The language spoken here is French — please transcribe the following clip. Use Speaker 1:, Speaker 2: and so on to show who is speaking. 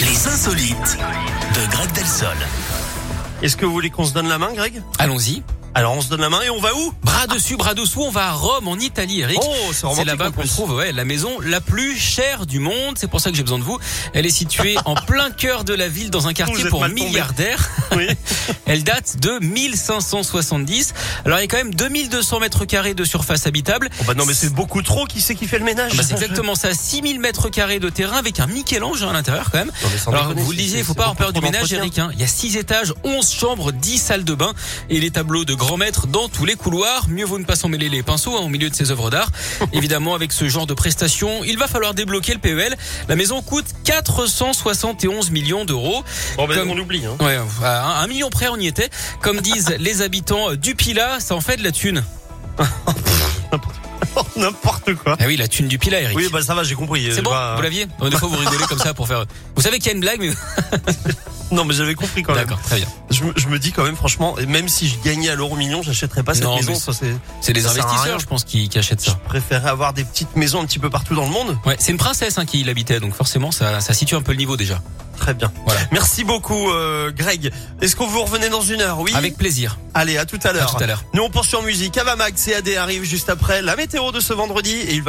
Speaker 1: Les insolites de Greg Delsol.
Speaker 2: Est-ce que vous voulez qu'on se donne la main, Greg
Speaker 3: Allons-y.
Speaker 2: Alors on se donne la main et on va où
Speaker 3: Bras dessus, bras dessous, on va à Rome, en Italie, Eric.
Speaker 2: Oh, c'est
Speaker 3: C'est
Speaker 2: romantique,
Speaker 3: là-bas
Speaker 2: en
Speaker 3: qu'on
Speaker 2: plus.
Speaker 3: trouve ouais, la maison la plus chère du monde. C'est pour ça que j'ai besoin de vous. Elle est située en plein cœur de la ville, dans un quartier
Speaker 2: êtes
Speaker 3: pour
Speaker 2: mal tombés.
Speaker 3: milliardaires.
Speaker 2: Oui.
Speaker 3: Elle date de 1570. Alors il y a quand même 2200 mètres carrés de surface habitable.
Speaker 2: Oh bah non mais c'est beaucoup trop. Qui c'est qui fait le ménage
Speaker 3: Ah bah, c'est exactement ça, 6000 mètres carrés de terrain avec un Michel-Ange hein, à l'intérieur quand même.
Speaker 2: Non, mais sans
Speaker 3: Alors
Speaker 2: déconner,
Speaker 3: vous le
Speaker 2: c'est-
Speaker 3: disiez, il
Speaker 2: c'est-
Speaker 3: faut pas
Speaker 2: c'est
Speaker 3: avoir peur du
Speaker 2: beaucoup trop
Speaker 3: ménage, Eric.
Speaker 2: d'entretien.
Speaker 3: hein. Il y a 6 étages, 11 chambres, 10 salles de bain et les tableaux de grands maîtres dans tous les couloirs. Mieux vaut ne pas s'en mêler les pinceaux hein, au milieu de ces œuvres d'art. Évidemment, avec ce genre de prestations, il va falloir débloquer le PEL. La maison coûte 471 millions d'euros.
Speaker 2: Bon bah,
Speaker 3: Comme-
Speaker 2: on oublie. Hein.
Speaker 3: Ouais, à un million près, on y était. Comme disent les habitants du Pila, ça en fait de la thune.
Speaker 2: N'importe quoi.
Speaker 3: Ah oui, la thune du Pila, Eric.
Speaker 2: Oui bah ça va, j'ai compris. bah,
Speaker 3: C'est
Speaker 2: Je
Speaker 3: bon,
Speaker 2: vois-
Speaker 3: vous l'aviez Non, Des fois, vous rigolez comme ça pour faire. Vous savez qu'il y a une blague, mais.
Speaker 2: Non mais j'avais compris quand même.
Speaker 3: D'accord, très bien.
Speaker 2: Je, me- je me dis quand même franchement, et même si je gagnais à l'euro million, j'achèterais pas cette
Speaker 3: Non,
Speaker 2: maison.
Speaker 3: mais
Speaker 2: Ça, c'est...
Speaker 3: C'est les
Speaker 2: Ça sert à rien.
Speaker 3: investisseurs, je pense, qui, qui achètent
Speaker 2: Je
Speaker 3: ça.
Speaker 2: préférerais avoir des petites maisons un petit peu partout dans le monde.
Speaker 3: Ouais, c'est une princesse hein, qui l'habitait, donc forcément, ça, ça situe un peu le niveau déjà.
Speaker 2: Très bien.
Speaker 3: Voilà.
Speaker 2: Merci beaucoup euh, Greg. Est-ce qu'on vous revenez dans une heure Oui.
Speaker 3: Avec plaisir.
Speaker 2: Allez, à tout à
Speaker 3: À
Speaker 2: l'heure.
Speaker 3: tout à l'heure.
Speaker 2: Nous on poursuit en musique. Avamax et AD arrive juste après la météo de ce vendredi et il va